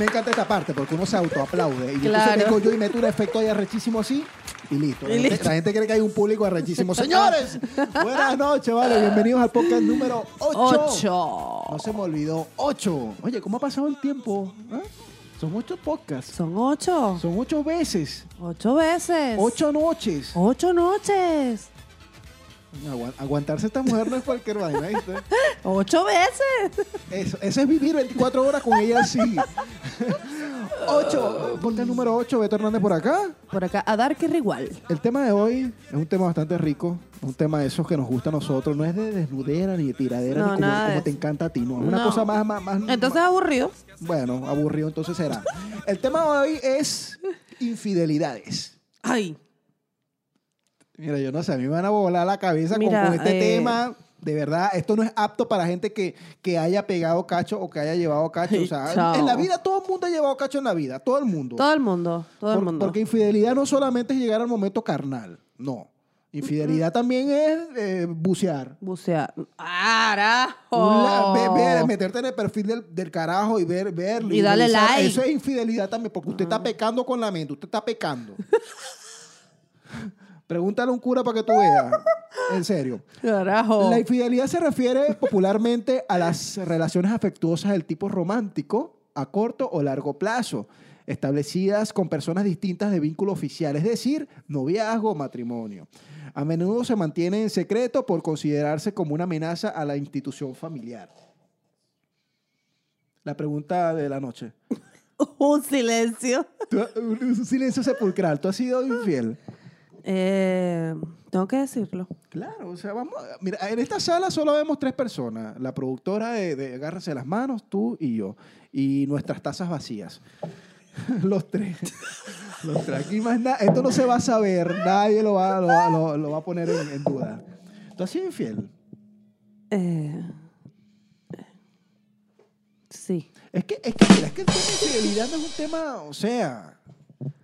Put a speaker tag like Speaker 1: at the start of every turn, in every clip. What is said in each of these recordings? Speaker 1: encanta esta parte porque uno se autoaplaude. Y
Speaker 2: Claro.
Speaker 1: entonces digo yo y meto un efecto ahí arrechísimo así y listo.
Speaker 2: Y
Speaker 1: la, gente-
Speaker 2: listo.
Speaker 1: la gente cree que hay un público arrechísimo. Señores, buenas noches, vale. Bienvenidos al podcast número 8.
Speaker 2: Ocho.
Speaker 1: No se me olvidó. 8. Oye, ¿cómo ha pasado el tiempo? ¿Ah? Son 8 podcasts.
Speaker 2: Son ocho.
Speaker 1: Son 8 veces.
Speaker 2: Ocho veces.
Speaker 1: 8 noches.
Speaker 2: Ocho noches.
Speaker 1: Agua- aguantarse esta mujer no es cualquier vaina, ¿viste?
Speaker 2: Ocho veces.
Speaker 1: Eso, eso es vivir 24 horas con ella así. 8. Podcast número 8. Beto Hernández por acá.
Speaker 2: Por acá, a dar que igual.
Speaker 1: El tema de hoy es un tema bastante rico, un tema de esos que nos gusta a nosotros, no es de desnudera ni de tiradera,
Speaker 2: No,
Speaker 1: ni como,
Speaker 2: nada de
Speaker 1: como te
Speaker 2: eso.
Speaker 1: encanta a ti, no, es una
Speaker 2: No.
Speaker 1: cosa más, más, más-
Speaker 2: Entonces
Speaker 1: más-
Speaker 2: aburrido.
Speaker 1: bueno, aburrido entonces será. El tema de hoy es infidelidades.
Speaker 2: Ay.
Speaker 1: Mira, yo no sé, a mí me van a volar la cabeza con-
Speaker 2: Mira,
Speaker 1: con, este
Speaker 2: eh,
Speaker 1: tema. De verdad, esto no es apto para gente que, que haya pegado cacho o que haya llevado cacho. O sea,
Speaker 2: Chao.
Speaker 1: en la vida todo el mundo ha llevado cacho en la vida, todo el mundo.
Speaker 2: Todo el mundo. Todo el
Speaker 1: Por-
Speaker 2: mundo.
Speaker 1: Porque infidelidad no solamente es llegar al momento carnal, no. Infidelidad también es eh, bucear.
Speaker 2: Bucear. arajo
Speaker 1: Un la- ve- ver, meterte en el perfil del, del carajo y ver, verlo.
Speaker 2: Oh. Y darle
Speaker 1: revisar.
Speaker 2: like. Ah.
Speaker 1: Eso es infidelidad también, porque usted está pecando con la mente, usted está pecando. Pregúntale a un cura para que tú veas. En serio.
Speaker 2: Carajo.
Speaker 1: La infidelidad se refiere popularmente a las relaciones afectuosas del tipo romántico, a corto o largo plazo, establecidas con personas distintas de vínculo oficial, es decir, noviazgo o matrimonio. A menudo se mantiene en secreto por considerarse como una amenaza a la institución familiar. La pregunta de la noche.
Speaker 2: Un silencio.
Speaker 1: Tú- un un silencio sepulcral. ¿Tú has sido infiel?
Speaker 2: Eh, tengo que decirlo.
Speaker 1: Claro, o sea, vamos. a- Mira, en esta sala solo vemos tres personas: la productora de, de Agárrase las manos, tú y yo. Y nuestras tazas vacías. Los tres. Los tres. Aquí más nada. Esto no se va a saber. Nadie lo va, lo va- lo- lo va a poner en, en duda. ¿Tú has sido infiel?
Speaker 2: Eh, sí.
Speaker 1: Es que, es que, mira, es que el tema de infidelidad no es un tema, o sea.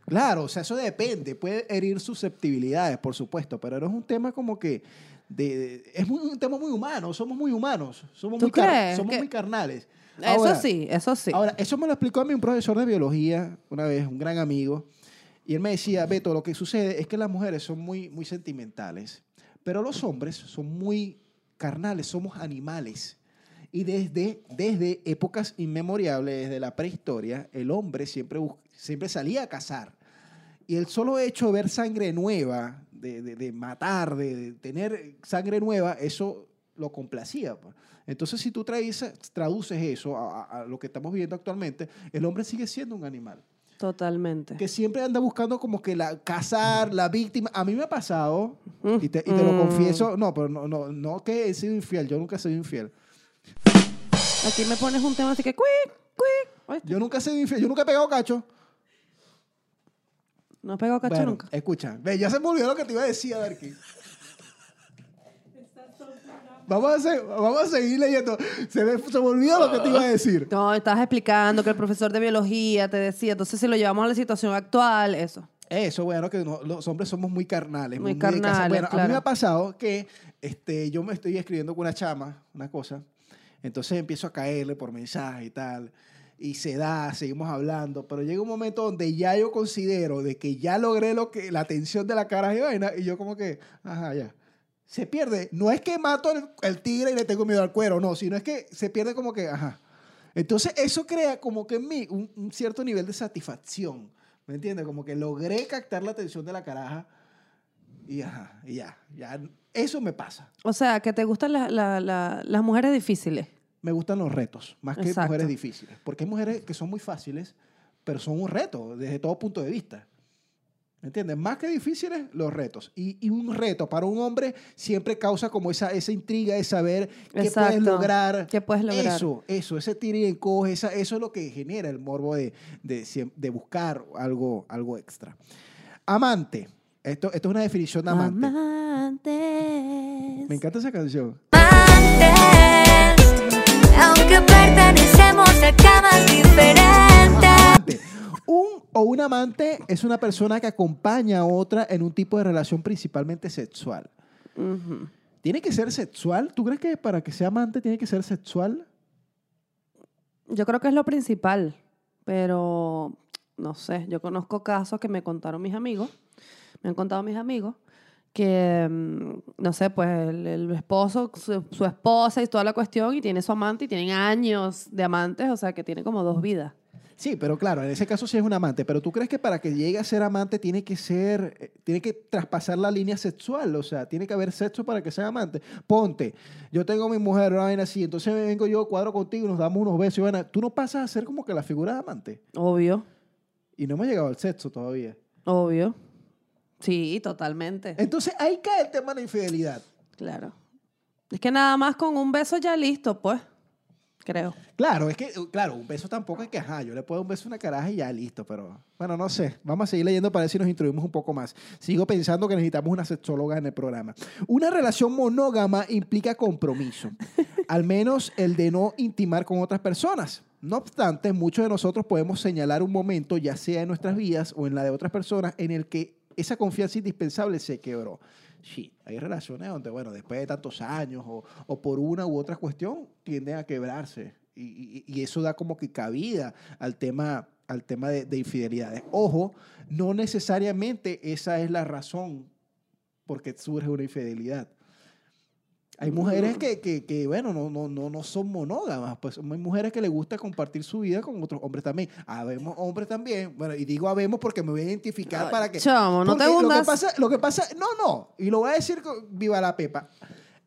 Speaker 1: Claro, o sea, eso depende. Puede herir susceptibilidades, por supuesto, pero no es un tema como que. de- de- es muy- un tema muy humano, somos muy humanos, somos,
Speaker 2: ¿Tú
Speaker 1: muy, car-
Speaker 2: crees
Speaker 1: somos
Speaker 2: que-
Speaker 1: muy carnales.
Speaker 2: eso sí, eso sí.
Speaker 1: Ahora, eso me lo explicó a mí un profesor de biología una vez, un gran amigo, y él me decía, Beto, lo que sucede es que las mujeres son muy, muy sentimentales, pero los hombres son muy carnales, somos animales. Y desde, desde épocas inmemoriales, desde la prehistoria, el hombre siempre, bus- siempre salía a cazar. Y el solo hecho de ver sangre nueva, de, de- de matar, de, de tener sangre nueva, eso lo complacía. pues. Entonces, si tú traes- traduces eso a, a- a lo que estamos viviendo actualmente, el hombre sigue siendo un animal.
Speaker 2: Totalmente.
Speaker 1: Que siempre anda buscando como que la cazar, la víctima. A mí me ha pasado,
Speaker 2: Mm,
Speaker 1: y te, y te lo
Speaker 2: mm.
Speaker 1: confieso, no, pero no, no, no que he sido infiel, yo nunca he sido infiel.
Speaker 2: Aquí me pones un tema así que quick, quick. Oíste,
Speaker 1: Yo nunca he sido infiel, yo nunca he pegado cacho.
Speaker 2: No has pegado cacho
Speaker 1: Bueno,
Speaker 2: nunca.
Speaker 1: Escucha, ve, ya se me olvidó lo que te iba a decir, a ver qué. Vamos a, se- vamos a seguir leyendo. Se me, se me olvidó lo que te iba a decir.
Speaker 2: No, estabas explicando que el profesor de biología te decía, entonces si lo llevamos a la situación actual, eso.
Speaker 1: Eso, bueno, que no- los hombres somos muy carnales.
Speaker 2: Muy
Speaker 1: de casa.
Speaker 2: carnales,
Speaker 1: Bueno, a mí me
Speaker 2: claro.
Speaker 1: ha pasado que este, yo me estoy escribiendo con una chama, una cosa, entonces empiezo a caerle por mensaje y tal, y se da, seguimos hablando, pero llega un momento donde ya yo considero de que ya logré lo que, la atención de la cara de vaina, y yo como que, ajá, ya. Se pierde. No es que mato el, tigre y le tengo miedo al cuero, no, sino es que se pierde como que, ajá. Entonces, eso crea como que en mí un, un cierto nivel de satisfacción. ¿Me entiendes? Como que logré captar la atención de la caraja y, ajá, y ya, ya. Eso me pasa.
Speaker 2: O sea, que te gustan la- la- la- las mujeres difíciles.
Speaker 1: Me gustan los retos, más que
Speaker 2: Exacto.
Speaker 1: mujeres difíciles. Porque hay mujeres que son muy fáciles, pero son un reto desde todo punto de vista. ¿Me entiendes? Más que difíciles, los retos. Y, y un reto para un hombre siempre causa como esa, esa intriga de saber qué
Speaker 2: Exacto.
Speaker 1: puedes lograr.
Speaker 2: ¿Qué puedes lograr?
Speaker 1: Eso, eso, ese tira y encoge, esa, eso es lo que genera el morbo de, de, siem- de buscar algo, algo extra. Amante. Esto, esto es una definición de amante.
Speaker 2: Amantes.
Speaker 1: Me encanta esa canción.
Speaker 3: Antes, aunque pertenecemos a camas diferentes.
Speaker 1: Amante. Un o un amante es una persona que acompaña a otra en un tipo de relación principalmente sexual.
Speaker 2: Ujú.
Speaker 1: ¿Tiene que ser sexual? ¿Tú crees que para que sea amante tiene que ser sexual?
Speaker 2: Yo creo que es lo principal. Pero, no sé, yo conozco casos que me contaron mis amigos, me han contado mis amigos, que, mm, no sé, pues el, el esposo, su, su esposa y toda la cuestión, y tiene su amante y tienen años de amantes, o sea que tiene como dos vidas.
Speaker 1: Sí, pero claro, en ese caso sí es un amante. Pero tú crees que para que llegue a ser amante tiene que ser, eh, tiene que traspasar la línea sexual, o sea, tiene que haber sexo para que sea amante. Ponte, yo tengo a mi mujer, una vaina así, entonces vengo yo, cuadro contigo, nos damos unos besos y vaina. Tú no pasas a ser como que la figura de amante.
Speaker 2: Obvio,
Speaker 1: Y no hemos llegado al sexo todavía.
Speaker 2: obvio. Sí, totalmente.
Speaker 1: Entonces ahí cae el tema de la infidelidad.
Speaker 2: Claro. Es que nada más con un beso ya listo, pues. Creo.
Speaker 1: Claro, es que, eh, claro, un beso tampoco es que, ajá, yo le puedo dar un beso a una caraja y ya listo, pero bueno, no sé. Vamos a seguir leyendo para ver si nos instruimos un poco más. Sigo pensando que necesitamos una sexóloga en el programa. Una relación monógama implica compromiso, al menos el de no intimar con otras personas. No obstante, muchos de nosotros podemos señalar un momento, ya sea en nuestras vidas o en la de otras personas, en el que esa confianza indispensable se quebró. Sí, hay relaciones donde, bueno, después de tantos años o, o por una u otra cuestión, tienden a quebrarse. Y, y- y eso da como que cabida al tema, al tema de, de infidelidades. Ojo, no necesariamente esa es la razón por qué surge una infidelidad. Hay
Speaker 2: Mm.
Speaker 1: mujeres que, que- que, bueno, no, no, no, no son monógamas. Pues hay mujeres que les gusta compartir su vida con otros hombres también. Habemos hombres también. Bueno, y digo habemos porque me voy a identificar para que...
Speaker 2: Chamo, no te
Speaker 1: Porque Lo que,
Speaker 2: hundas.
Speaker 1: pasa, lo que pasa, no, no, y lo voy a decir con- viva la pepa.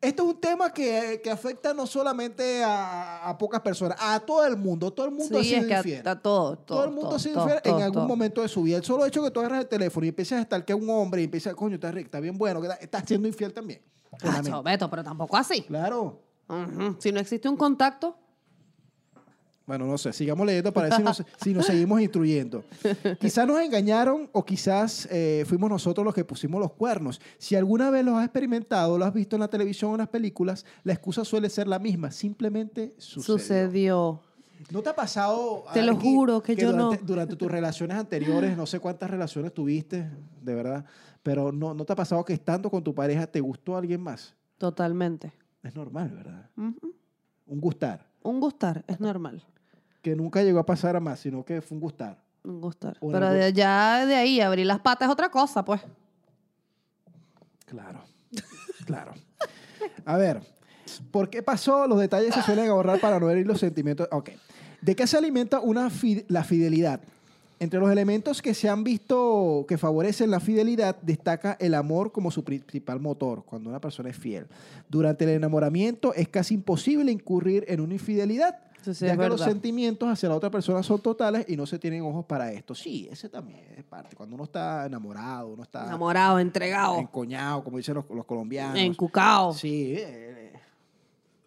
Speaker 1: Esto es un tema que, que afecta no solamente a, a pocas personas, a todo el mundo. Todo el mundo
Speaker 2: Sí,
Speaker 1: ha sido
Speaker 2: es que
Speaker 1: infiel.
Speaker 2: a, a todo, todo.
Speaker 1: todo el mundo
Speaker 2: todo,
Speaker 1: ha sido
Speaker 2: todo,
Speaker 1: infiel en
Speaker 2: todo,
Speaker 1: algún
Speaker 2: todo.
Speaker 1: momento de su vida. El solo hecho que tú agarras el teléfono y empiezas a estar que un hombre y empiezas, coño, está, rico, está bien bueno, que está- estás siendo infiel también.
Speaker 2: Ah,
Speaker 1: Claramente.
Speaker 2: chao, Beto, pero tampoco así.
Speaker 1: Claro.
Speaker 2: Ujú. Si no existe un contacto,
Speaker 1: Bueno, no sé, sigamos leyendo para ver si nos, si nos seguimos instruyendo. Quizás nos engañaron o quizás eh, fuimos nosotros los que pusimos los cuernos. Si alguna vez los has experimentado, lo has visto en la televisión o en las películas, la excusa suele ser la misma, simplemente sucedió.
Speaker 2: sucedió.
Speaker 1: ¿No te ha pasado?
Speaker 2: Te lo juro que yo
Speaker 1: durante,
Speaker 2: no.
Speaker 1: Durante tus relaciones anteriores, no sé cuántas relaciones tuviste, de verdad, pero no, no te ha pasado que estando con tu pareja te gustó alguien más.
Speaker 2: Totalmente.
Speaker 1: Es normal, ¿verdad?
Speaker 2: Ujú.
Speaker 1: Un gustar,
Speaker 2: Un gustar, es normal.
Speaker 1: que nunca llegó a pasar a más, sino que fue un gustar.
Speaker 2: Un gustar.
Speaker 1: Un
Speaker 2: pero
Speaker 1: gu-
Speaker 2: de- ya de ahí, abrir las patas es otra cosa, pues.
Speaker 1: Claro, claro. A ver, ¿por qué pasó? Los detalles se suelen ahorrar para no herir los sentimientos. Ok. ¿De qué se alimenta una fi- la fidelidad? Entre los elementos que se han visto que favorecen la fidelidad, destaca el amor como su principal motor, cuando una persona es fiel. Durante el enamoramiento es casi imposible incurrir en una infidelidad,
Speaker 2: Sí, sí,
Speaker 1: ya
Speaker 2: es
Speaker 1: que los
Speaker 2: verdad.
Speaker 1: sentimientos hacia la otra persona son totales y no se tienen ojos para esto. Sí, ese también es parte. Cuando uno está enamorado, uno está
Speaker 2: Enamorado, entregado,
Speaker 1: encoñado, como dicen los, los colombianos.
Speaker 2: encucao.
Speaker 1: Sí, eh, eh,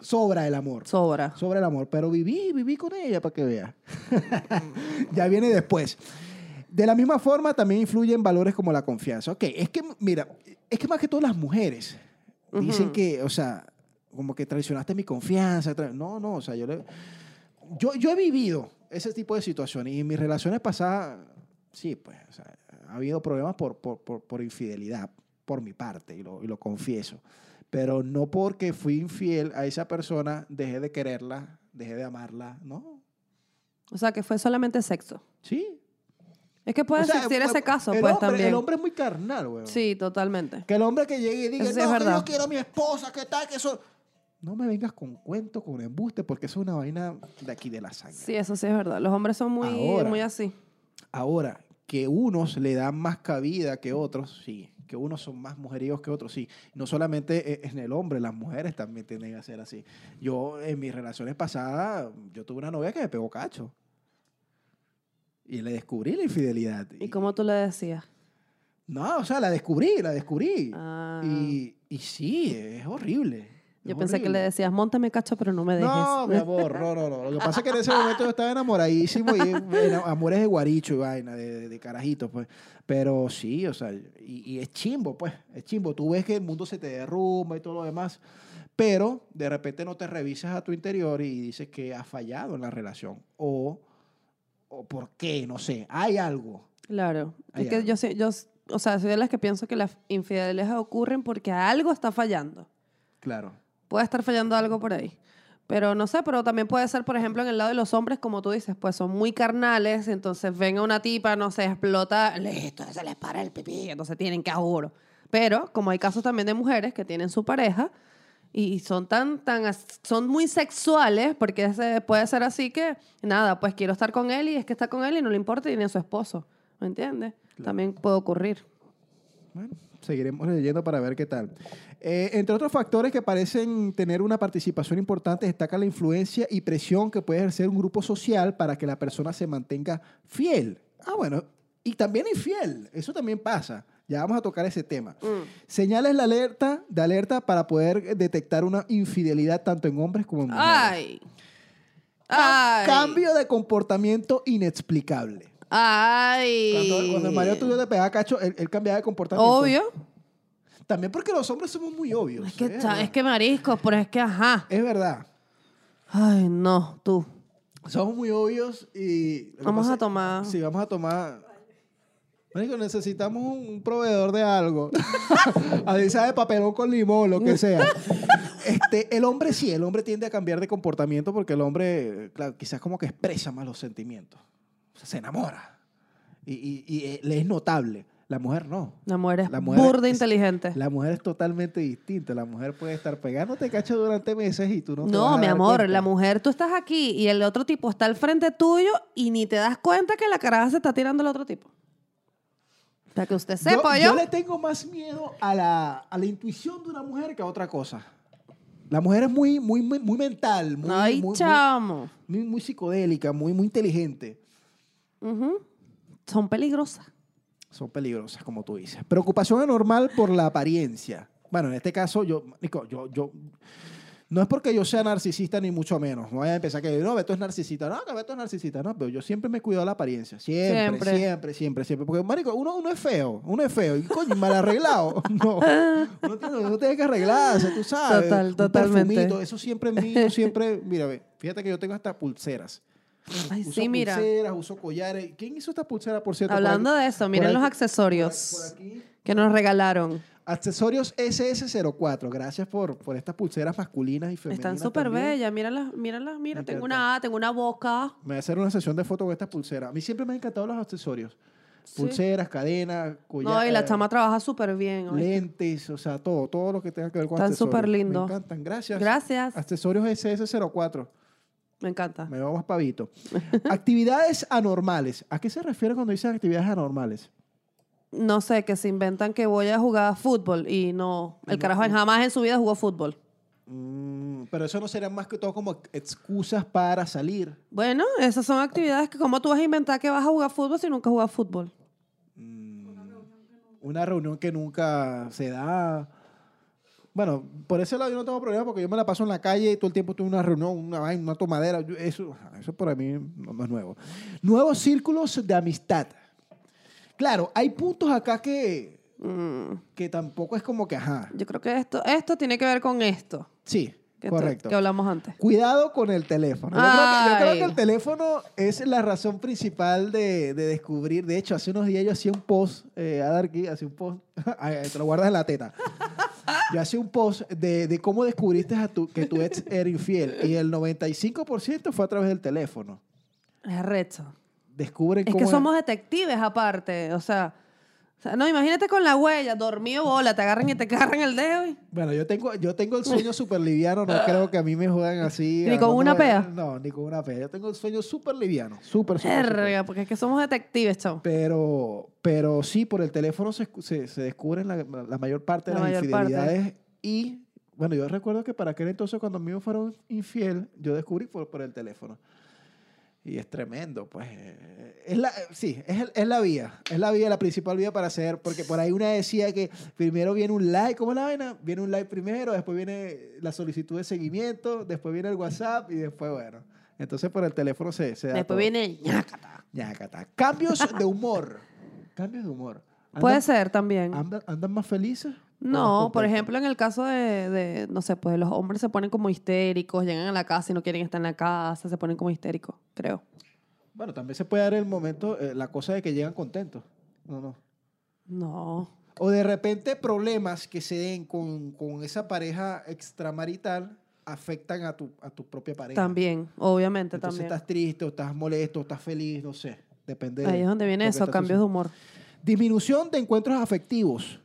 Speaker 1: sobra el amor.
Speaker 2: Sobra.
Speaker 1: Sobra el amor. Pero viví, viví con ella para que vea. ya viene después. De la misma forma, también influyen valores como la confianza. Ok, es que, mira, es que más que todas las mujeres dicen
Speaker 2: Ujú.
Speaker 1: que, o sea, como que traicionaste mi confianza. tra- No, no, o sea, yo le- Yo, yo he vivido ese tipo de situaciones y en mis relaciones pasadas, sí, pues, o sea, ha habido problemas por, por, por, por infidelidad, por mi parte, y lo, y lo confieso. Pero no porque fui infiel a esa persona, dejé de quererla, dejé de amarla, ¿no?
Speaker 2: O sea, que fue solamente sexo.
Speaker 1: Sí.
Speaker 2: Es que puede
Speaker 1: O sea,
Speaker 2: existir
Speaker 1: pues,
Speaker 2: ese caso,
Speaker 1: el
Speaker 2: pues
Speaker 1: hombre-
Speaker 2: también.
Speaker 1: El hombre es muy carnal, weón.
Speaker 2: Sí, totalmente.
Speaker 1: Que el hombre que llegue y diga,
Speaker 2: Eso sí es
Speaker 1: no, que
Speaker 2: verdad.
Speaker 1: yo quiero a mi esposa, que tal, que eso. No me vengas con cuento, con embuste, porque eso es una vaina de aquí de la sangre.
Speaker 2: Sí, eso sí es verdad. Los hombres son muy,
Speaker 1: Ahora.
Speaker 2: muy así.
Speaker 1: Ahora, que unos le dan más cabida que otros, sí. Que unos son más mujeríos que otros, sí. No solamente eh, en el hombre, las mujeres también tienden a ser así. Yo, en mis relaciones pasadas, yo tuve una novia que me pegó cacho. Y le descubrí la infidelidad.
Speaker 2: ¿Y cómo tú le decías?
Speaker 1: No, o sea, la descubrí, la descubrí.
Speaker 2: Ah.
Speaker 1: Y, y sí, es horrible.
Speaker 2: Yo
Speaker 1: es
Speaker 2: pensé que le
Speaker 1: horrible.
Speaker 2: decías, montame cacho, pero no me dejes.
Speaker 1: No, mi amor, no, no, no. Lo que pasa es que en ese momento yo estaba enamoradísimo y bueno, amores de guaricho y vaina, de, de, de carajitos, pues. Pero sí, o sea, y, y es chimbo, pues, es chimbo. Tú ves que el mundo se te derrumba y todo lo demás, pero de repente no te revisas a tu interior y dices que has fallado en la relación o, o por qué, no sé, hay algo.
Speaker 2: Claro.
Speaker 1: Hay
Speaker 2: es que
Speaker 1: algo.
Speaker 2: yo, sé- yo, o sea, soy de las que pienso que las infidelidades ocurren porque algo está fallando.
Speaker 1: Claro.
Speaker 2: Puede estar fallando algo por ahí. Pero no sé, pero también puede ser, por ejemplo, en el lado de los hombres, como tú dices, pues son muy carnales, entonces venga una tipa, no sé, explota, listo, se les para el pipí, entonces tienen que juro. Pero como hay casos también de mujeres que tienen su pareja y son tan, tan, as- son muy sexuales, porque ese- puede ser así que, nada, pues quiero estar con él y es que está con él y no le importa y ni a su esposo, ¿me entiendes? También puede ocurrir.
Speaker 1: Bueno, seguiremos leyendo para ver qué tal. Eh, entre otros factores que parecen tener una participación importante, destaca la influencia y presión que puede ejercer un grupo social para que la persona se mantenga fiel. Ah, bueno, y también infiel. Eso también pasa. Ya vamos a tocar ese tema.
Speaker 2: Mm.
Speaker 1: Señales la alerta, de alerta para poder detectar una infidelidad tanto en hombres como en mujeres.
Speaker 2: ¡Ay! ¡Ay!
Speaker 1: Cambio de comportamiento inexplicable.
Speaker 2: ¡Ay!
Speaker 1: Cuando, cuando el marido tuyo te pegaba cacho, él, él cambiaba de comportamiento.
Speaker 2: Obvio.
Speaker 1: También porque los hombres somos muy obvios. ¿eh?
Speaker 2: Es que,
Speaker 1: es
Speaker 2: cha-
Speaker 1: verdad.
Speaker 2: es que mariscos, pero es que ajá.
Speaker 1: Es verdad.
Speaker 2: Ay, no, tú.
Speaker 1: Somos muy obvios y... lo que
Speaker 2: Vamos
Speaker 1: pasa-
Speaker 2: a tomar.
Speaker 1: Sí, vamos a tomar... Marico, necesitamos un, un proveedor de algo. Así sea de papelón con limón, lo que sea. Este, el hombre sí, el hombre tiende a cambiar de comportamiento porque el hombre, claro, quizás como que expresa más los sentimientos. O sea, se enamora. Y, y- y, eh, le es notable. La mujer no.
Speaker 2: La mujer es
Speaker 1: La mujer
Speaker 2: burda
Speaker 1: es-
Speaker 2: inteligente.
Speaker 1: La mujer es totalmente distinta. La mujer puede estar pegándote cacho durante meses y tú no
Speaker 2: No,
Speaker 1: te vas a
Speaker 2: mi
Speaker 1: dar
Speaker 2: amor,
Speaker 1: cuenta.
Speaker 2: la mujer, tú estás aquí y el otro tipo está al frente tuyo y ni te das cuenta que la caraja se está tirando al otro tipo. Para que usted
Speaker 1: Yo-
Speaker 2: sepa,
Speaker 1: yo,
Speaker 2: yo.
Speaker 1: le tengo más miedo a la, a la intuición de una mujer que a otra cosa. La mujer es muy, muy, muy, muy mental, muy,
Speaker 2: Ay,
Speaker 1: muy,
Speaker 2: chamo.
Speaker 1: muy- muy- muy psicodélica, muy, muy inteligente.
Speaker 2: Ujú. Son peligrosas.
Speaker 1: Son peligrosas, como tú dices. Preocupación anormal por la apariencia. Bueno, en este caso, yo, marico, yo, yo, no es porque yo sea narcisista ni mucho menos. No vaya a empezar que, no, Beto es narcisista. No, que Beto es narcisista. No, pero yo siempre me he cuidado la apariencia. Siempre,
Speaker 2: Siempre.
Speaker 1: siempre, siempre, siempre. Porque, marico, uno, uno es feo. Uno es feo. Y, coño, mal arreglado. No. Uno tiene, uno tiene que arreglarse, tú sabes.
Speaker 2: Total,
Speaker 1: Un
Speaker 2: totalmente.
Speaker 1: perfumito, Eso siempre es mío. Siempre, mira, ve, fíjate que yo tengo hasta pulseras.
Speaker 2: Ay,
Speaker 1: Uso
Speaker 2: sí, mira.
Speaker 1: pulseras, uso collares. ¿Quién hizo esta pulsera, por cierto? Por
Speaker 2: Hablando
Speaker 1: aquí-
Speaker 2: de eso,
Speaker 1: por
Speaker 2: miren
Speaker 1: aquí-
Speaker 2: los
Speaker 1: por
Speaker 2: accesorios
Speaker 1: aquí.
Speaker 2: que nos regalaron.
Speaker 1: Accesorios SS04. Gracias por, por estas pulseras masculinas y femeninas.
Speaker 2: Están súper
Speaker 1: también.
Speaker 2: bellas, míralas, míralas, mira.
Speaker 1: Me
Speaker 2: Tengo
Speaker 1: encantan.
Speaker 2: una A, tengo una boca.
Speaker 1: Me voy a hacer una sesión de fotos con estas pulseras. A mí siempre me han encantado los accesorios.
Speaker 2: Sí.
Speaker 1: Pulseras, cadenas, collares.
Speaker 2: No, y la chama trabaja súper bien. ¿oíste?
Speaker 1: Lentes, o sea, todo, todo lo que tenga que ver con
Speaker 2: Están
Speaker 1: accesorios.
Speaker 2: súper lindo.
Speaker 1: Me encantan, gracias.
Speaker 2: Gracias.
Speaker 1: Accesorios SS04.
Speaker 2: Me encanta.
Speaker 1: Me veo más pavito. actividades anormales. ¿A qué se refiere cuando dicen actividades anormales?
Speaker 2: No sé, que se inventan que voy a jugar fútbol y no. El carajo jamás en su vida jugó fútbol.
Speaker 1: Mm, pero eso no serían más que todo como excusas para salir.
Speaker 2: Bueno, esas son actividades que como tú vas a inventar que vas a jugar fútbol si nunca jugas fútbol.
Speaker 1: una reunión que nunca se da. Bueno, por ese lado yo no tengo problema porque yo me la paso en la calle y todo el tiempo tengo una reunión, una vaina, una tomadera. Yo- eso, eso para mí no, no es nuevo. Nuevos círculos de amistad. Claro, hay puntos acá que,
Speaker 2: Mm,
Speaker 1: que tampoco es como que, ajá,
Speaker 2: yo creo que esto, esto tiene que ver con esto.
Speaker 1: sí,
Speaker 2: que te-
Speaker 1: correcto.
Speaker 2: Que hablamos antes.
Speaker 1: Cuidado con el teléfono. Yo creo, que, yo creo
Speaker 2: Ay.
Speaker 1: que el teléfono es la razón principal de, de descubrir. De hecho, hace unos días yo hacía un post, eh, Adarki, hacía un post, Ay, te lo guardas en la teta. Yo hacía un post de, de cómo descubriste a tu, que tu ex era infiel y el 95% fue a través del teléfono.
Speaker 2: Es recho.
Speaker 1: Descubren
Speaker 2: Es
Speaker 1: cómo
Speaker 2: que somos detectives aparte. O sea, o sea, no, imagínate con la huella, dormido bola, te agarran y te agarran el dedo y.
Speaker 1: Bueno, yo tengo, yo tengo el sueño súper liviano, no creo que a mí me juegan así.
Speaker 2: ¿Ni con
Speaker 1: agarrándome-
Speaker 2: una pea?
Speaker 1: No, ni con una pea. Yo tengo el sueño súper liviano, súper, súper, súper.
Speaker 2: Verga, porque es que somos detectives, chavo.
Speaker 1: Pero, pero sí, por el teléfono se, escu- se, se descubren la, la mayor parte de
Speaker 2: La
Speaker 1: las
Speaker 2: mayor parte.
Speaker 1: infidelidades. Y bueno, yo recuerdo que para aquel entonces, cuando a mí me fueron infiel, yo descubrí por, por el teléfono. Y es tremendo, pues. eh, Es la, sí, es, el- es la vía. Es la vía, la principal vía para hacer. Porque por ahí una decía que primero viene un like. ¿Cómo es la vaina? Viene un like primero, después viene la solicitud de seguimiento, después viene el WhatsApp y después, bueno. Entonces por el teléfono se, se da. todo.
Speaker 2: Después viene el ñácata.
Speaker 1: Ya, Cata. Cambios de humor. Cambios de humor. ¿Andan-
Speaker 2: Puede ser también.
Speaker 1: anda- ¿Andan más felices? ¿O
Speaker 2: No,
Speaker 1: más
Speaker 2: por
Speaker 1: contentos?
Speaker 2: ejemplo, en el caso de, de, no sé, pues los hombres se ponen como histéricos, llegan a la casa y no quieren estar en la casa, se ponen como histéricos, creo.
Speaker 1: Bueno, también se puede dar el momento, eh, la cosa de que llegan contentos. No, no.
Speaker 2: No.
Speaker 1: O de repente problemas que se den con, con esa pareja extramarital afectan a tu, a tu propia pareja.
Speaker 2: También, obviamente
Speaker 1: Entonces
Speaker 2: también.
Speaker 1: estás triste, o estás molesto, o estás feliz, no sé. Depende.
Speaker 2: Ahí es donde viene eso, cambios de
Speaker 1: cambios
Speaker 2: humor.
Speaker 1: Disminución de encuentros afectivos.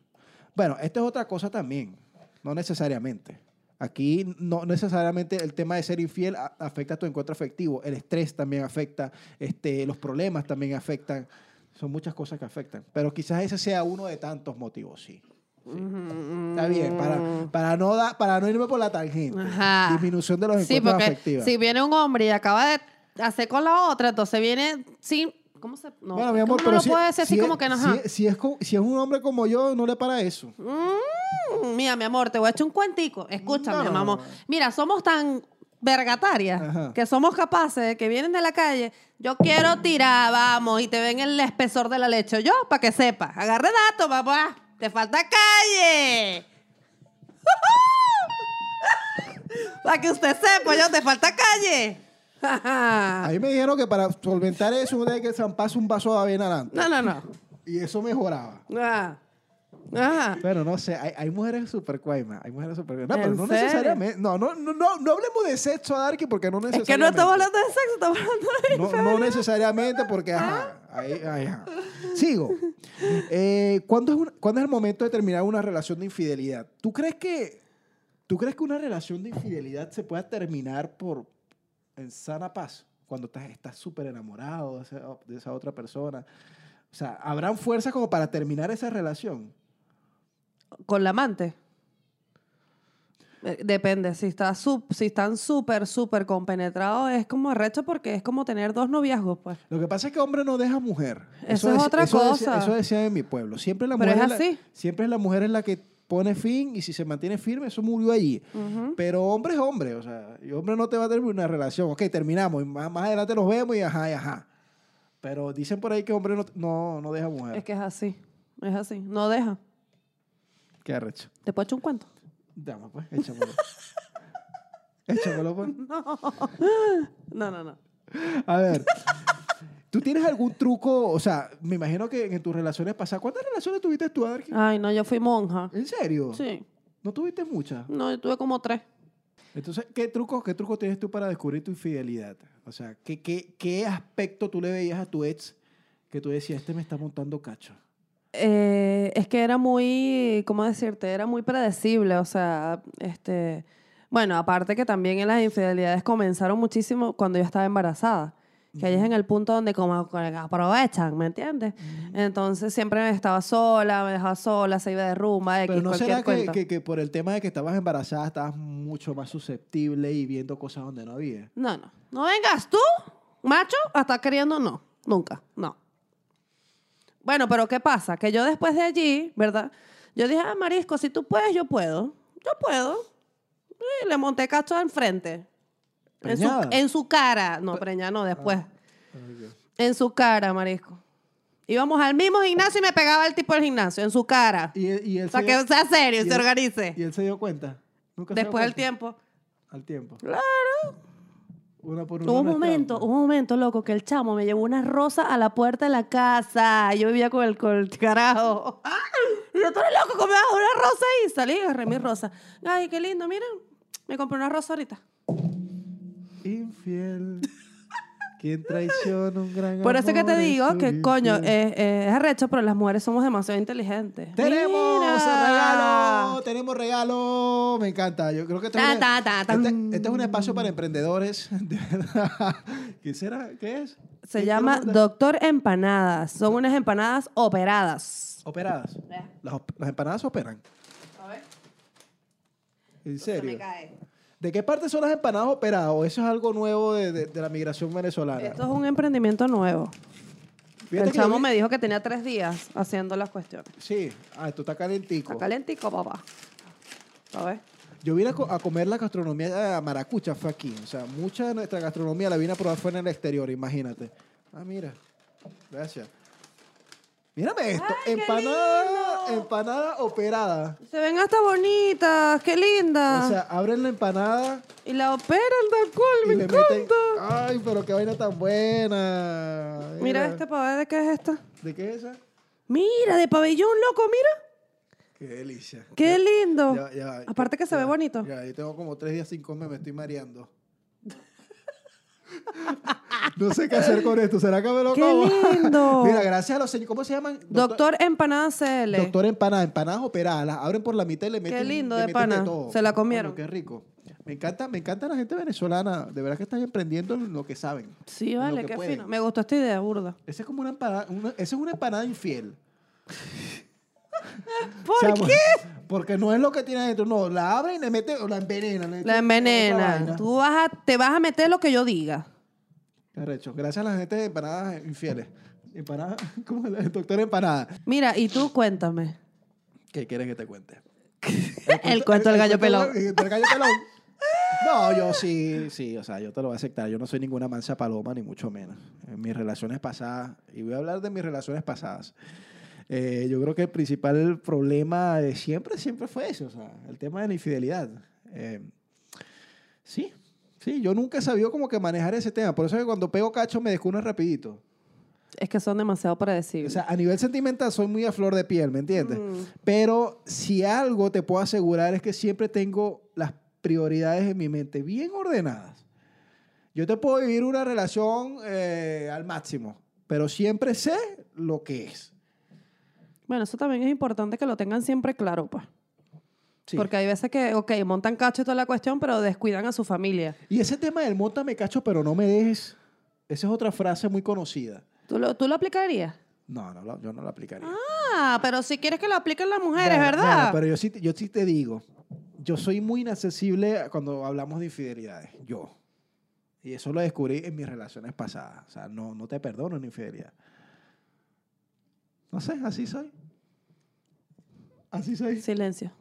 Speaker 1: Bueno, esta es otra cosa también. No necesariamente. Aquí no necesariamente el tema de ser infiel a- afecta a tu encuentro afectivo. El estrés también afecta. Este, los problemas también afectan. Son muchas cosas que afectan. Pero quizás ese sea uno de tantos motivos, sí. Está bien, para, para, no, da- para no irme por la tangente.
Speaker 2: Ajá.
Speaker 1: Disminución de los
Speaker 2: Sí,
Speaker 1: encuentros
Speaker 2: porque
Speaker 1: afectivos.
Speaker 2: si viene un hombre y acaba de hacer con la otra, entonces viene sin... ¿Cómo se...? No,
Speaker 1: bueno, mi
Speaker 2: es que
Speaker 1: amor,
Speaker 2: uno
Speaker 1: pero
Speaker 2: no
Speaker 1: si,
Speaker 2: puede decir
Speaker 1: si
Speaker 2: así como
Speaker 1: es-
Speaker 2: que no...
Speaker 1: si
Speaker 2: ajá.
Speaker 1: es- si es co- si es un hombre como yo, no le para eso.
Speaker 2: Mm, Mira, mi amor, te voy a echar un cuentico. Escúchame,
Speaker 1: No.
Speaker 2: mamá. Mira, somos tan vergatarias
Speaker 1: Ajá.
Speaker 2: que somos capaces de que vienen de la calle. Yo quiero tirar, vamos, y te ven el espesor de la leche. Yo, para que sepa. Agarre datos, papá. Te falta calle. para que usted sepa, yo, te falta calle.
Speaker 1: A mí me dijeron que para solventar eso uno tiene que zamparse un vaso de avena adelante.
Speaker 2: no, no, no.
Speaker 1: Y eso mejoraba.
Speaker 2: Ah. Ah.
Speaker 1: Pero no sé, hay, hay mujeres super cuaimas, hay mujeres super No, pero
Speaker 2: ¿En
Speaker 1: no
Speaker 2: serio?
Speaker 1: necesariamente. No, no, no, no, no hablemos de sexo, Darky, porque no
Speaker 2: Es
Speaker 1: necesariamente.
Speaker 2: que no estamos hablando de sexo, estamos hablando de...
Speaker 1: No, no necesariamente porque, ajá, ahí- ahí, ajá. Sigo. Eh, ¿cuándo, es un- cuándo es el momento de terminar una relación de infidelidad? ¿Tú crees que, tú crees que una relación de infidelidad se pueda terminar por, en sana paz? Cuando estás estás súper enamorado de esa, de esa otra persona. O sea, ¿habrán fuerzas como para terminar esa relación?
Speaker 2: con la amante. Eh, Depende, si, está sup- si están súper, súper compenetrados, es como arrecho porque es como tener dos noviazgos, pues.
Speaker 1: Lo que pasa es que hombre no deja mujer.
Speaker 2: Eso es
Speaker 1: dec-
Speaker 2: otra
Speaker 1: eso decía-
Speaker 2: cosa.
Speaker 1: eso decía en mi pueblo. Siempre la
Speaker 2: Pero
Speaker 1: mujer
Speaker 2: es
Speaker 1: la-
Speaker 2: así.
Speaker 1: siempre la mujer es la que pone fin y si se mantiene firme, eso murió allí. Pero hombre es hombre, o sea, y hombre no te va a terminar una relación. Ok, terminamos, y más, más adelante nos vemos y ajá, y ajá. Pero dicen por ahí que hombre no, no, no deja mujer.
Speaker 2: Es que es así, es así. No deja.
Speaker 1: Qué arrecho.
Speaker 2: ¿Te puedo echar un cuento?
Speaker 1: Dame pues, échamelo. échamelo pues.
Speaker 2: No, no, no.
Speaker 1: A ver. ¿Tú tienes algún truco? O sea, me imagino que en tus relaciones pasadas, ¿cuántas relaciones tuviste tú, Adarki?
Speaker 2: Ay, no, yo fui monja.
Speaker 1: ¿En serio?
Speaker 2: Sí.
Speaker 1: ¿No tuviste muchas?
Speaker 2: No, yo tuve como tres.
Speaker 1: Entonces, ¿qué trucos qué truco tienes tú para descubrir tu infidelidad? O sea, ¿qué, qué, qué aspecto tú le veías a tu ex que tú decías, este me está montando cacho?
Speaker 2: Eh, es que era muy, ¿cómo decirte? Era muy predecible, o sea, este, bueno, aparte que también en las infidelidades comenzaron muchísimo cuando yo estaba embarazada, que ahí es en el punto donde como que aprovechan, ¿me entiendes? Entonces siempre estaba sola, me dejaba sola, se iba de rumba, X,
Speaker 1: Pero no
Speaker 2: cualquier
Speaker 1: será que,
Speaker 2: cuento.
Speaker 1: que- que por el tema de que estabas embarazada estabas mucho más susceptible y viendo cosas donde no había.
Speaker 2: No, no, no vengas tú, macho, a estar queriendo, no, nunca, no. Bueno, pero ¿qué pasa? Que yo después de allí, ¿verdad? Yo dije, ah, Marisco, si tú puedes, yo puedo. Yo puedo. Y le monté cacho enfrente. En su,
Speaker 1: Preñada. Ah.
Speaker 2: en su cara. No, preñada no, después. En su cara, Marisco. Íbamos al mismo gimnasio y me pegaba el tipo del gimnasio, en su cara.
Speaker 1: Y, él- y él
Speaker 2: o sea,
Speaker 1: se
Speaker 2: que
Speaker 1: dio-
Speaker 2: sea serio y
Speaker 1: y
Speaker 2: se
Speaker 1: él-
Speaker 2: organice.
Speaker 1: y él se dio cuenta. Nunca se dio
Speaker 2: Después del
Speaker 1: cuenta.
Speaker 2: tiempo.
Speaker 1: Al tiempo.
Speaker 2: Claro.
Speaker 1: Una por una.
Speaker 2: Hubo un
Speaker 1: no es
Speaker 2: momento,
Speaker 1: trampa.
Speaker 2: hubo un momento, loco, que el chamo me llevó una rosa a la puerta de la casa. Yo vivía con el, con el carajo. ¡Ah! Y yo, tú eres loco, ¿cómo me vas a dar una rosa ahí? Salí y agarré mi rosa. Ay, qué lindo, mira. Me compré una rosa ahorita.
Speaker 1: Infiel. ¿Quién traiciona un gran
Speaker 2: Por eso que te
Speaker 1: amor es
Speaker 2: digo
Speaker 1: un
Speaker 2: que, coño,
Speaker 1: infiel?
Speaker 2: eh, eh, es arrecho, pero las mujeres somos demasiado inteligentes.
Speaker 1: ¡Tenemos
Speaker 2: Mira.
Speaker 1: regalo! ¡Tenemos regalo! Me encanta. Yo creo que este, es
Speaker 2: Ta,
Speaker 1: un-
Speaker 2: ta, ta, ta.
Speaker 1: este- este es un espacio para emprendedores. de verdad. ¿Qué será? ¿Qué es? ¿Qué-
Speaker 2: Se
Speaker 1: qué
Speaker 2: llama
Speaker 1: lo manda?
Speaker 2: Doctor Empanadas. Son unas empanadas operadas.
Speaker 1: Operadas.
Speaker 2: Vea.
Speaker 1: Las, op- las empanadas operan.
Speaker 2: A ver,
Speaker 1: ¿En
Speaker 2: se
Speaker 1: serio?
Speaker 2: me cae.
Speaker 1: ¿De qué parte son las empanadas operadas? ¿O eso es algo nuevo de, de- de la migración venezolana?
Speaker 2: Esto es un emprendimiento nuevo.
Speaker 1: Fíjate
Speaker 2: el
Speaker 1: que yo
Speaker 2: chamo
Speaker 1: vi-
Speaker 2: me dijo que tenía tres días haciendo las cuestiones.
Speaker 1: Sí. Ah, esto está calentico.
Speaker 2: Está calentico, papá. ¿Sabes?
Speaker 1: Yo vine a, co- a comer la gastronomía eh, maracucha, fue aquí. O sea, mucha de nuestra gastronomía la vine a probar fue en el exterior, imagínate. Ah, mira. Gracias. Mírame esto.
Speaker 2: qué
Speaker 1: empanada,
Speaker 2: lindo!
Speaker 1: empanada operada.
Speaker 2: Se ven hasta bonitas, qué lindas.
Speaker 1: O sea, abren la empanada
Speaker 2: y la operan tal cual,
Speaker 1: y
Speaker 2: me
Speaker 1: le
Speaker 2: encanta.
Speaker 1: meten. Ay, pero qué vaina tan buena.
Speaker 2: este Mira esta para ver de qué es esta.
Speaker 1: ¿De qué es esa?
Speaker 2: Mira, de pabellón, loco, mira.
Speaker 1: Qué delicia.
Speaker 2: ¡Qué lindo!
Speaker 1: Ya- ya- ya-
Speaker 2: Aparte que se ve
Speaker 1: ya-
Speaker 2: bonito.
Speaker 1: Ya, yo tengo como tres días sin comer, me estoy mareando. no sé qué hacer con esto. ¿Será que me lo
Speaker 2: ¡Qué
Speaker 1: como?
Speaker 2: lindo!
Speaker 1: Mira, gracias a los señores. ¿Cómo se llaman?
Speaker 2: Doctor Empanada CL.
Speaker 1: Doctor empanada, empanadas operadas, las abren por la mitad y le meten
Speaker 2: lindo
Speaker 1: le
Speaker 2: de
Speaker 1: meten
Speaker 2: pana,
Speaker 1: todo.
Speaker 2: se la comieron.
Speaker 1: Coño, qué rico. Me encanta, me encanta la gente venezolana, de verdad que están emprendiendo en lo que saben.
Speaker 2: Sí,
Speaker 1: en lo
Speaker 2: vale,
Speaker 1: que
Speaker 2: qué
Speaker 1: pueden.
Speaker 2: fino. Me gustó esta idea, burda.
Speaker 1: Esa es como una empanada, una- esa es una empanada infiel.
Speaker 2: ¿Por
Speaker 1: O sea,
Speaker 2: qué?
Speaker 1: Porque no es lo que tiene adentro, no, la abren y le meten, o la envenenan. le
Speaker 2: La
Speaker 1: meten otra
Speaker 2: envenena.
Speaker 1: vaina.
Speaker 2: Tú vas a- te vas a meter lo que yo diga.
Speaker 1: Qué arrecho. Gracias a la gente de empanadas infieles. Empanada, como el doctor empanada.
Speaker 2: Mira, y tú cuéntame.
Speaker 1: ¿Qué quieres que te cuente? Eh,
Speaker 2: El cuento del gallo
Speaker 1: cuento
Speaker 2: pelón.
Speaker 1: El del gallo pelón. No, yo sí, sí, o sea, yo te lo voy a aceptar. Yo no soy ninguna mansa paloma, ni mucho menos. En mis relaciones pasadas, y voy a hablar de mis relaciones pasadas. eh, yo creo que el principal problema de siempre, siempre fue eso, o sea, el tema de la infidelidad. Eh, sí, sí, yo nunca he sabido como que manejar ese tema. Por eso es que cuando pego cacho me descubro rapidito.
Speaker 2: Es que son demasiado
Speaker 1: O
Speaker 2: predecibles.
Speaker 1: sea, a nivel sentimental soy muy a flor de piel, ¿me entiendes?
Speaker 2: Mm.
Speaker 1: Pero si algo te puedo asegurar es que siempre tengo las prioridades en mi mente bien ordenadas. Yo te puedo vivir una relación eh, al máximo, pero siempre sé lo que es.
Speaker 2: Bueno, eso también es importante que lo tengan siempre claro, pues.
Speaker 1: Sí.
Speaker 2: Porque hay veces que, ok, montan cacho y toda la cuestión, pero descuidan a su familia.
Speaker 1: Y ese tema del monta me cacho, pero no me dejes. Esa es otra frase muy conocida.
Speaker 2: ¿Tú lo, tú lo aplicarías?
Speaker 1: No, no, lo- yo no la aplicaría.
Speaker 2: Ah, pero si quieres que lo apliquen las mujeres,
Speaker 1: Bueno,
Speaker 2: ¿verdad?
Speaker 1: bueno, pero yo sí, te- yo sí te digo, yo soy muy inaccesible cuando hablamos de infidelidades, yo. Y eso lo descubrí en mis relaciones pasadas. O sea, no, no te perdono una infidelidad. No sé, así soy. Así soy.
Speaker 2: Silencio.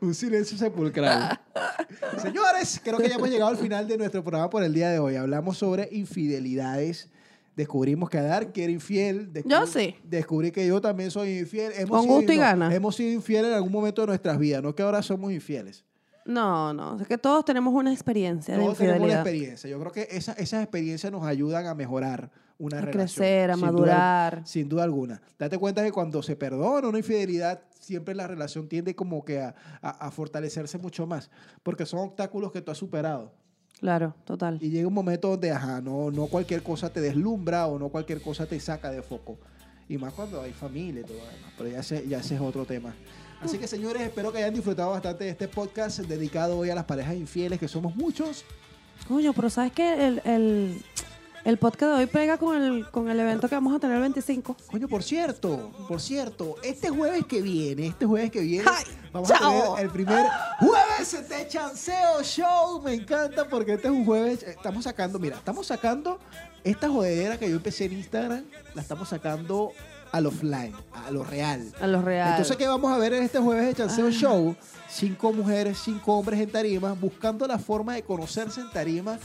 Speaker 1: Un silencio sepulcral. Señores, creo que ya hemos llegado al final de nuestro programa por el día de hoy. Hablamos sobre infidelidades. Descubrimos que Adar que era infiel. Descubrí-
Speaker 2: Yo sí.
Speaker 1: Descubrí que yo también soy infiel. Hemos
Speaker 2: Con
Speaker 1: sido-
Speaker 2: gusto y
Speaker 1: no,
Speaker 2: gana.
Speaker 1: Hemos sido infieles en algún momento de nuestras vidas, no que ahora somos infieles.
Speaker 2: No, no, es que todos tenemos una experiencia de
Speaker 1: Todos tenemos una
Speaker 2: infidelidad.
Speaker 1: experiencia. Yo creo que esa- esas experiencias nos ayudan a mejorar una
Speaker 2: A
Speaker 1: relación.
Speaker 2: crecer, a
Speaker 1: sin duda-
Speaker 2: madurar.
Speaker 1: sin duda alguna. Date cuenta que cuando se perdona una infidelidad, siempre la relación tiende como que a, a- a fortalecerse mucho más, porque son obstáculos que tú has superado.
Speaker 2: Claro, total.
Speaker 1: Y llega un momento donde, ajá, no, no cualquier cosa te deslumbra o no cualquier cosa te saca de foco. Y más cuando hay familia y todo lo demás. Pero ya ese, ya ese es otro tema. Así que señores, espero que hayan disfrutado bastante de este podcast dedicado hoy a las parejas infieles, que somos muchos.
Speaker 2: Coño, pero ¿sabes que El, el, el podcast de hoy pega con el, con el evento que vamos a tener el 25.
Speaker 1: Coño, por cierto, por cierto, este jueves que viene, este jueves que viene,
Speaker 2: ¡Ay,
Speaker 1: vamos a
Speaker 2: chao!
Speaker 1: tener el primer jueves de Chanceo Show. Me encanta porque este es un jueves. Estamos sacando, mira, estamos sacando esta jodedera que yo empecé en Instagram, la estamos sacando al offline, a lo real.
Speaker 2: A los reales.
Speaker 1: Entonces, ¿qué vamos a ver en este jueves de Chanceo Show? Cinco mujeres, cinco hombres en tarima, buscando la forma de conocerse en tarima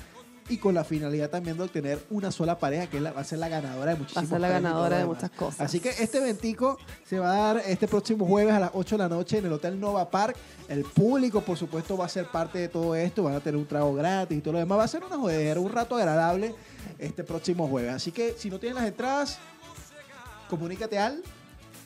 Speaker 1: y con la finalidad también de obtener una sola pareja, que es la- va a ser la ganadora de muchísimas
Speaker 2: ser la ganadora de muchas cosas.
Speaker 1: Así que este ventico se va a dar este próximo jueves a las 8 de la noche en el Hotel Nova Park. El público, por supuesto, va a ser parte de todo esto. Van a tener un trago gratis y todo lo demás. Va a ser una jodedera, un rato agradable este próximo jueves. Así que si no tienes las entradas, comunícate al...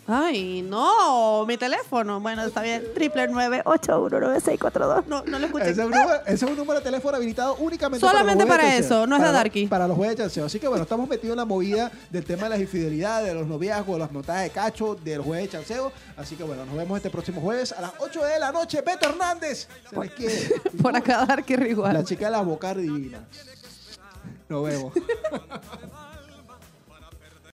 Speaker 2: Ay, no, mi teléfono. Bueno, está bien. Triple nueve ocho uno nueve seis cuatro dos. No, no lo escuché.
Speaker 1: Ese es, un número, ese es un número de teléfono habilitado únicamente
Speaker 2: Solamente
Speaker 1: los jueves
Speaker 2: para
Speaker 1: de chanceo.
Speaker 2: eso, no es
Speaker 1: Para
Speaker 2: la
Speaker 1: lo-
Speaker 2: Darky.
Speaker 1: Para los jueves de chanceo. Así que bueno, estamos metidos en la movida del tema de las infidelidades, de los noviazgos, de las montadas de cacho, del jueves de chanceo. Así que bueno, nos vemos este próximo jueves a las 8 de la noche. Beto Hernández, se les quiere.
Speaker 2: Por acá dar que
Speaker 1: La
Speaker 2: igual.
Speaker 1: chica de la boca divina. Nos vemos.